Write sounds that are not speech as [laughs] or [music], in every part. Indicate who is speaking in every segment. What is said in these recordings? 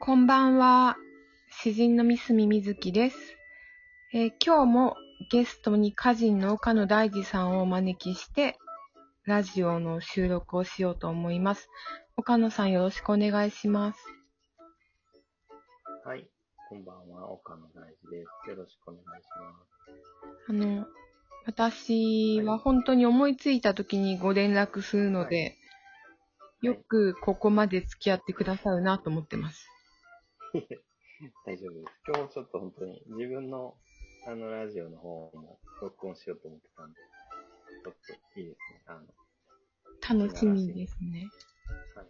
Speaker 1: こんばんは。詩人の三角瑞希です、えー今日もゲストに歌人の岡野大二さんをお招きして、ラジオの収録をしようと思います。岡野さんよろしくお願いします。
Speaker 2: はい。こんばんは、岡野大地です。よろしくお願いしま
Speaker 1: あの、私は本当に思いついた時にご連絡するので、
Speaker 2: い
Speaker 1: よくここまで付き合ってくださるなと思ってます。
Speaker 2: す。大丈夫です。今日ちょっと本当に自分のあのラジオの方も録音しようと思ってたんで、ちょっといいですね。あの、
Speaker 1: 楽しみですね。
Speaker 2: はい、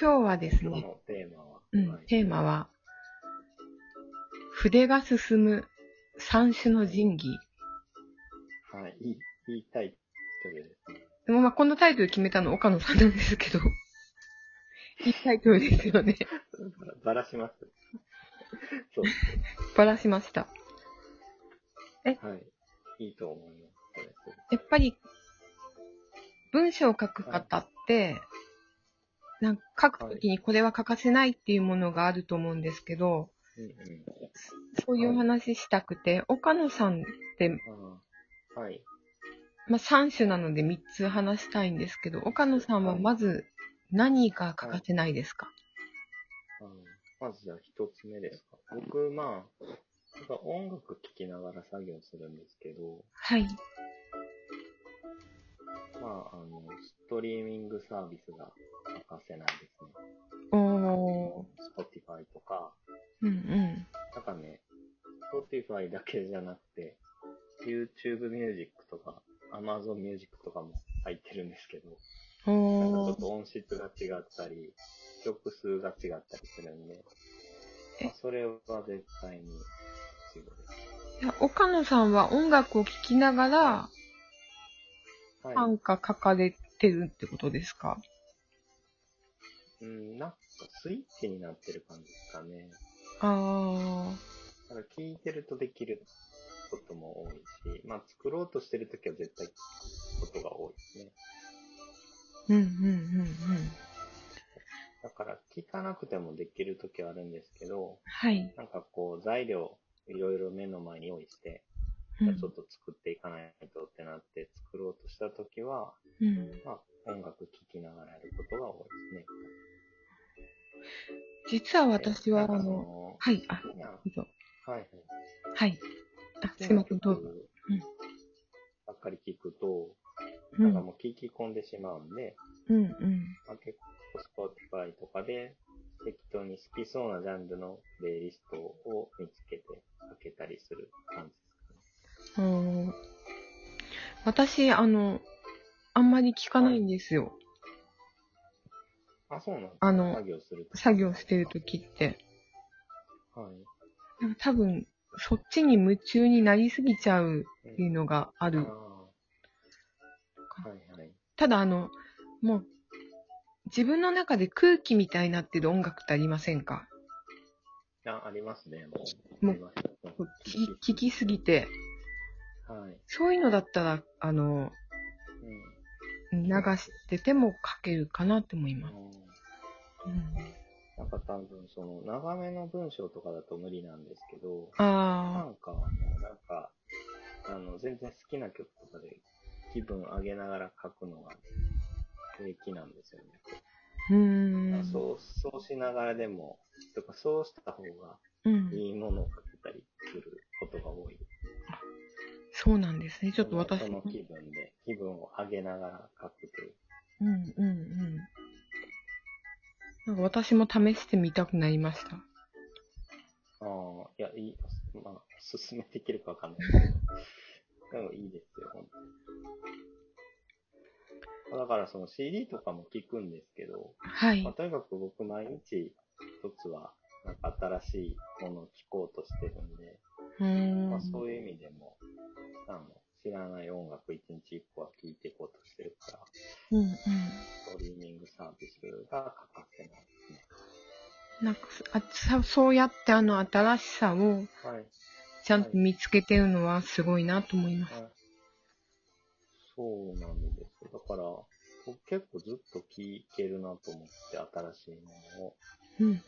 Speaker 1: 今日はです
Speaker 2: 今日
Speaker 1: ね、
Speaker 2: のテーマは、
Speaker 1: うん
Speaker 2: はい、
Speaker 1: テーマは、筆が進む三種の神器。
Speaker 2: はい、いい、いいタイトルですね。
Speaker 1: でもまあこのタイトル決めたの岡野さんなんですけど、 [laughs] いいタイトルですよね。
Speaker 2: ばらし [laughs] ます。そうで
Speaker 1: バラしました。
Speaker 2: す。はい。いいと思います。これすごく
Speaker 1: やっぱり、文章を書く方って、なんか書くときにこれは欠かせないっていうものがあると思うんですけど、
Speaker 2: う
Speaker 1: そういうお話したくて、岡野さんって、
Speaker 2: んうん。あーはい。
Speaker 1: まあ、3種なので3つ話したいんですけど、岡野さんはまず何が欠かせないですか、
Speaker 2: あのまずじゃあ一つ目ですか。僕、まあ、なんか音楽聴きながら作業するんですけど、
Speaker 1: はい。
Speaker 2: まあ、あの、ストリーミングサービスが欠かせないですね。
Speaker 1: おー。
Speaker 2: Spotify とか、
Speaker 1: うんうん。
Speaker 2: なんかね、Spotify だけじゃなくて、YouTube Music とか、Amazon Music とかも入ってるんですけど、なんかちょ
Speaker 1: お
Speaker 2: っと音質が違ったり、曲数が違ったりするんで、まあ、それは絶対に必要です。
Speaker 1: いや岡野さんは音楽を聴きながら
Speaker 2: はい。
Speaker 1: 短歌書かれてるってことですか、
Speaker 2: うん、なんかスイッチになってる感じですかね。
Speaker 1: あー。
Speaker 2: だから聞いてるとできることも多いし、まあ作ろうとしてるときは絶対聞くことが多いですね。
Speaker 1: うんうんうんうん。
Speaker 2: だから聞かなくてもできるときはあるんですけど、
Speaker 1: はい。
Speaker 2: なんかこう材料いろいろ目の前に用意して、
Speaker 1: う
Speaker 2: じ
Speaker 1: ん
Speaker 2: ゃあちょっと作っていかないとってなって作ろうとしたときは、
Speaker 1: うん
Speaker 2: まあ音楽聴きながらやることが多いですね。
Speaker 1: 実は私は、あ
Speaker 2: なんかそ
Speaker 1: の、はい、あ、
Speaker 2: 好きな、は
Speaker 1: どうぞ。
Speaker 2: いはい。
Speaker 1: はい。あ、すいません、どうぞ。うん
Speaker 2: ばっかり聞くと、
Speaker 1: う
Speaker 2: なんか
Speaker 1: ん、
Speaker 2: もう聞き込んでしまうんで、
Speaker 1: うん、うん。
Speaker 2: まあ、結構 Spotify とかで適当に好きそうなジャンルのプレイリストを見つけて開けたりする感じ
Speaker 1: あー私、あの、あんまり聞かないんですよ。
Speaker 2: あ、そうなんです
Speaker 1: あの
Speaker 2: 作業すると
Speaker 1: 作業してる時って。
Speaker 2: はい。
Speaker 1: なんか多分、そっちに夢中になりすぎちゃう
Speaker 2: っ
Speaker 1: っていうのがあ
Speaker 2: あ
Speaker 1: る
Speaker 2: ー。はいはい。
Speaker 1: ただ、あの、もう、自分の中で空気みたいになってる音楽ってありませんか
Speaker 2: あ、ありますね。もう。
Speaker 1: もう
Speaker 2: ありますね
Speaker 1: こう聞き聞きすぎて。
Speaker 2: はい。
Speaker 1: そういうのだったら、あの、
Speaker 2: うん。
Speaker 1: 流してても書けるかなって思い
Speaker 2: あ
Speaker 1: ます。
Speaker 2: の
Speaker 1: うん、
Speaker 2: なんか多分、その、長めの文章とかだと無理なんですけど、な
Speaker 1: あ
Speaker 2: んか、なんか、あの、全然好きな曲とかで気分上げながら書くのが平気なんですよね。
Speaker 1: あ、うーん。
Speaker 2: そう、そうしながらでも、とか、そうした方が
Speaker 1: うん。
Speaker 2: いいものを書けたりすることが多い。
Speaker 1: そうなんですね。ちょっと私
Speaker 2: その
Speaker 1: も。
Speaker 2: 気分で、気分を上げながら書くという。
Speaker 1: うんうんうん。なんか私も試してみたくなりました。
Speaker 2: ああ、いや、いい、まあ、進めていけるかわかんないですけど。でもいいですよ、本当に。だからその CD とかも聞くんですけど、
Speaker 1: はい
Speaker 2: まあ、。とにかく僕毎日一つはなんか新しいものを聞こうとしてるんで、
Speaker 1: うーん
Speaker 2: まあ、。そういう意味でもあの知らない音楽一日一個は聴いていこうとしてるから
Speaker 1: うんうん。
Speaker 2: ストリーミングサービスが欠かせないですね。
Speaker 1: なんかあさ、そうやってあの新しさを
Speaker 2: はい、
Speaker 1: ちゃんと見つけてるのはすごいなと思います。
Speaker 2: はい、そうなんですよだから僕結構ずっと聞けるなと思って、新しいものを。
Speaker 1: うんうん。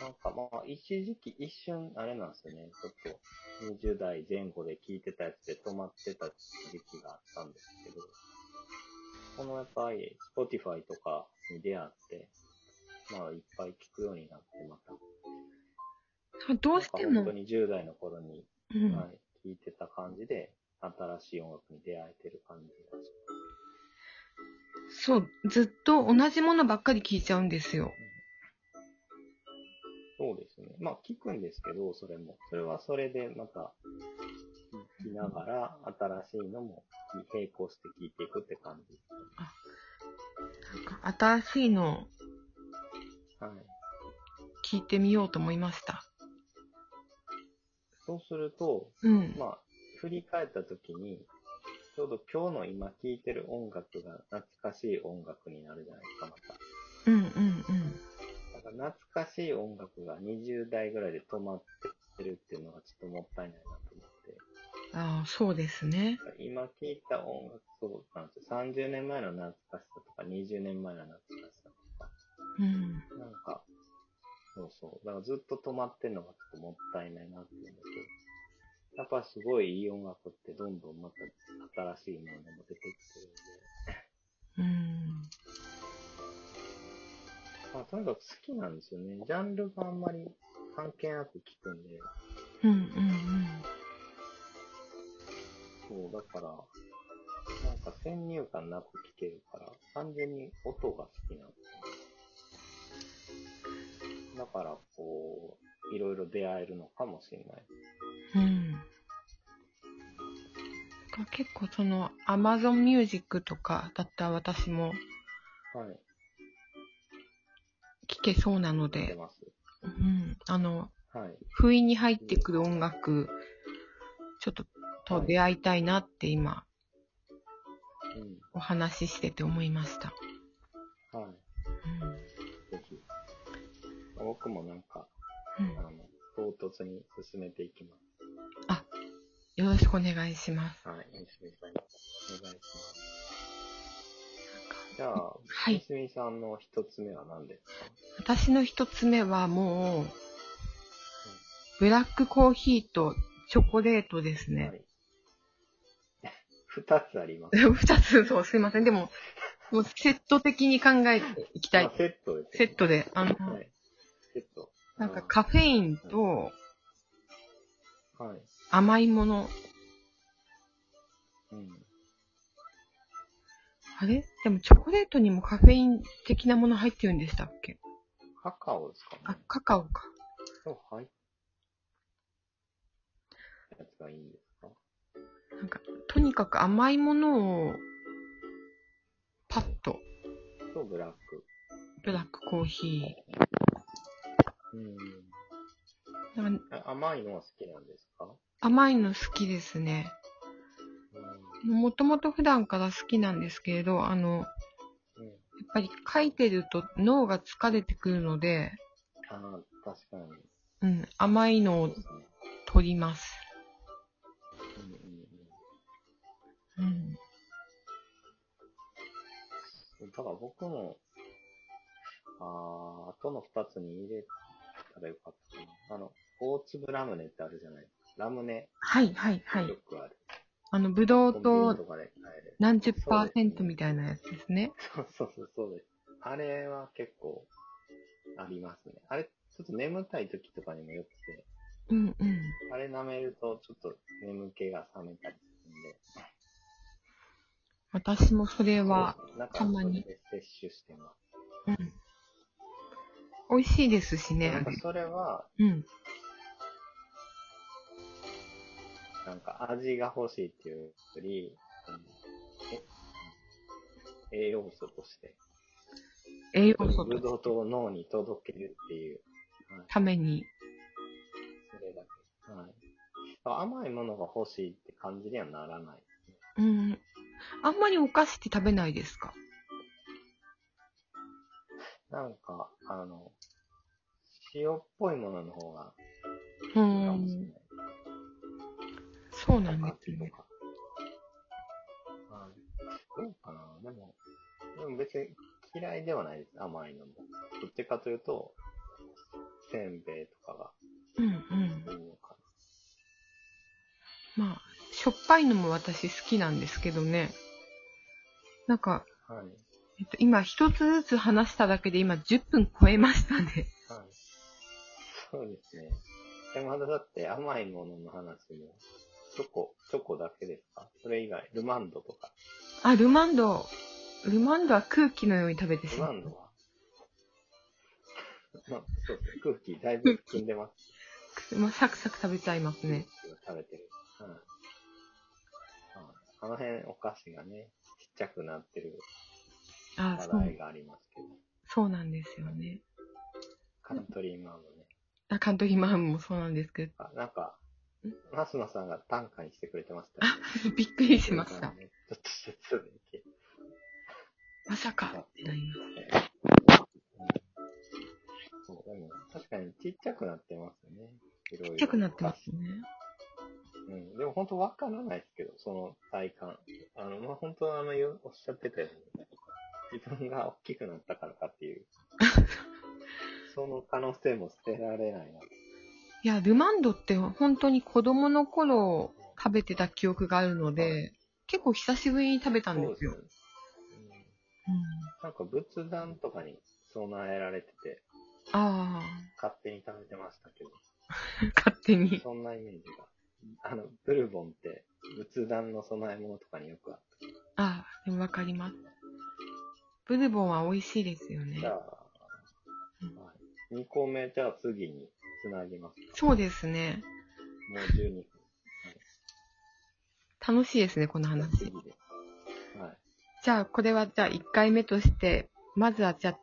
Speaker 2: なんかまあ、一時期、一瞬、あれなんですよね。ちょっと、20代前後で聞いてたやつで止まってた時期があったんですけど、このやっぱり、Spotify とかに出会って、まあ、いっぱい聞くようになって、また。
Speaker 1: どうして
Speaker 2: なん
Speaker 1: も
Speaker 2: か本当、に10代の頃に、
Speaker 1: うん
Speaker 2: はい、聞いてた感じで、新しい音楽に出会えてる感じがし
Speaker 1: そう、ずっと同じものばっかり聞いちゃうんですよ。
Speaker 2: そうですね。まあ、聞くんですけど、それも。それはそれで、また、聞きながら、新しいのも、き並行して聞いていくって感じ。
Speaker 1: なんか新しいのを
Speaker 2: はい。
Speaker 1: 聞いてみようと思いました。
Speaker 2: そうすると、
Speaker 1: うん。
Speaker 2: まあ、振り返った時に、ちょうど今日の今聴いてる音楽が懐かしい音楽になるじゃないですか、ま
Speaker 1: うんうんうん。
Speaker 2: た。だから懐かしい音楽が20代ぐらいで止まってるっていうのがちょっともったいないなと思って。
Speaker 1: ああ、そうですね。
Speaker 2: 今聴いた音楽、そうなんですよ。30年前の懐かしさとか、20年前の懐かしさとか、
Speaker 1: うん。
Speaker 2: なんか、そうそう。だからずっと止まってんのがちょっともったいないなっていうのと、やっぱすごいいい音楽ってどんどんまた新しいものも出てきてるんで、
Speaker 1: うん。
Speaker 2: まあとにかく好きなんですよね。ジャンルがあんまり関係なく聞くんで、
Speaker 1: うんうんうん。
Speaker 2: そう、だから、なんか先入観なく聞けるから、完全に音が好きなんですよね。だから、こう、いろいろ出会えるのかもしれない。
Speaker 1: うん。結構その Amazon Music とかだったら私も
Speaker 2: はい。
Speaker 1: 聴けそうなの
Speaker 2: 出
Speaker 1: で、
Speaker 2: ます。
Speaker 1: うん。あの、
Speaker 2: はい。
Speaker 1: 不意に入ってくる音楽、ちょっとと出会いたいなって今
Speaker 2: うん。
Speaker 1: お話ししてて思いました。
Speaker 2: はい。ぜひ。僕もなんか、
Speaker 1: うん。う
Speaker 2: あ
Speaker 1: ん、
Speaker 2: の、唐突に進めていきま
Speaker 1: よろしくお願いします。
Speaker 2: す。はい。西見さん、お願いします。じゃあ、
Speaker 1: はい
Speaker 2: 西見さんの一つ目は何ですか
Speaker 1: 私の一つ目はもう、ブラックコーヒーとチョコレートですね。
Speaker 2: はい。二つあります。
Speaker 1: 二つ、そう、すいません。でも、もうセット的に考えていきた
Speaker 2: ま
Speaker 1: い
Speaker 2: あ。セットです
Speaker 1: セ
Speaker 2: よね、
Speaker 1: ットで、あの、
Speaker 2: はい。セット。
Speaker 1: なんかカフェインと
Speaker 2: あーはい。
Speaker 1: 甘いもの。
Speaker 2: うん。
Speaker 1: あれでもチョコレートにもカフェイン的なもの入ってるんでしたっけ
Speaker 2: カカオですかね。
Speaker 1: あ、カカオか。
Speaker 2: そう、はい。やつがいいんですか
Speaker 1: なんか、とにかく甘いものを、パッと、
Speaker 2: そう、ブラック。
Speaker 1: ブラックコーヒ
Speaker 2: うん。
Speaker 1: ー。なんか
Speaker 2: あ甘いのは好きなんですか
Speaker 1: 甘いの好きですね。
Speaker 2: う
Speaker 1: もともと普段から好きなんですけれど、あの、
Speaker 2: ん。うん。
Speaker 1: やっぱり書いてると脳が疲れてくるので、
Speaker 2: ああ、確かに。
Speaker 1: うん、甘いの
Speaker 2: そう
Speaker 1: を
Speaker 2: ですね。
Speaker 1: 取ります。
Speaker 2: うんうんうん。
Speaker 1: うん。
Speaker 2: だから僕も、あー、あとの二つに入れたらよかったかな。あの、大粒ラムネってあるじゃないラムネ、
Speaker 1: はい、はい、はい
Speaker 2: よ。くある。
Speaker 1: あの、ぶどう
Speaker 2: コンビニ
Speaker 1: と
Speaker 2: とかで買える。
Speaker 1: 何十パーセントみたいなやつですね。
Speaker 2: そうそうそう、そうです。あれは結構ありますね。あれ、ちょっと眠たい時とかにもよくて、
Speaker 1: うん、うん。
Speaker 2: あれ舐めるとちょっと眠気が覚めたりするんで。
Speaker 1: 私もそれは、
Speaker 2: そうですねなんか
Speaker 1: たまに
Speaker 2: それで摂取してます。
Speaker 1: うん。美味しいですしね。
Speaker 2: なんかそれは、
Speaker 1: うん。
Speaker 2: なんか味が欲しいっていうより、うんえ栄養素として、
Speaker 1: 栄養素
Speaker 2: ブ
Speaker 1: と
Speaker 2: ドウ糖を脳に届けるっていう、
Speaker 1: ために。
Speaker 2: それだけ。はい。甘いものが欲しいって感じにはならない。
Speaker 1: うん。あんまりお菓子って食べないですか
Speaker 2: なんか、あの、塩っぽいものの方が
Speaker 1: う
Speaker 2: いいかもしれなんい。。
Speaker 1: そう
Speaker 2: な
Speaker 1: なんん
Speaker 2: か
Speaker 1: で
Speaker 2: 秋
Speaker 1: す
Speaker 2: と
Speaker 1: ね。
Speaker 2: か。はい。どうかなでも、でも別に嫌いではないです、甘いのも。どっちかというと、せんべいとか
Speaker 1: うんうん
Speaker 2: が。いいのか
Speaker 1: まあ、しょっぱいのも私好きなんですけどね。なんか、
Speaker 2: な。はい。
Speaker 1: えっと、今一つずつ話しただけで今10分超えましたね。
Speaker 2: はい。そうですね。でもまだだって甘いものの話も、チョコ、チョコだけですかそれ以外、ルマンドとか。
Speaker 1: あ、ルマンド。ルマンドは空気のように食べてし
Speaker 2: ル
Speaker 1: ま
Speaker 2: マ
Speaker 1: う
Speaker 2: ン。ドは、まあ、そうですね。空気だいぶ含んでます。
Speaker 1: まあ、サクサク食べちゃいますね。
Speaker 2: 食べてる。うん。まああの辺、お菓子がね、ちっちゃくなってる
Speaker 1: あ、
Speaker 2: 話
Speaker 1: そう
Speaker 2: 題、がありますけど、
Speaker 1: そうなんですよね。
Speaker 2: カントリーマンもね。
Speaker 1: あ、カントリーマームもそうなんですけど、
Speaker 2: あなんか
Speaker 1: ん、
Speaker 2: マスノさんが短歌にしてくれてましたよね。
Speaker 1: びっくりしました。
Speaker 2: ちょっと説明系
Speaker 1: まさかってなります。
Speaker 2: そう、でも、確かにちっちゃくなってますね。ち
Speaker 1: ちっちゃくなってますね。
Speaker 2: うん。でも本当わからないですけど、その体感。あの、まあ、本当あの、よおっしゃってたように、自分が大きくなったからかっていう。その可能性も捨てられないな。
Speaker 1: いや、ルマンドって本当に子供の頃食べてた記憶があるので、結構久しぶりに食べたんですよ
Speaker 2: そう。ですねうん
Speaker 1: うん、
Speaker 2: なんか仏壇とかに備えられてて、
Speaker 1: あ
Speaker 2: 勝手に食べてました
Speaker 1: [laughs]
Speaker 2: けど。
Speaker 1: あ、勝手に。
Speaker 2: そんなイメージが。あの、ブルボンって、仏壇の供え物とかによくあっ
Speaker 1: ああ、でもわかります。ブルボンは美味しいですよね
Speaker 2: た。じゃあ、
Speaker 1: うん
Speaker 2: はい、2個目、じゃあ次につなぎます。
Speaker 1: そうですね。
Speaker 2: もう12分。
Speaker 1: 楽しいですね、この話。
Speaker 2: 次で。はい。
Speaker 1: じゃあ、これはじゃあ1回目として、まずはじゃあ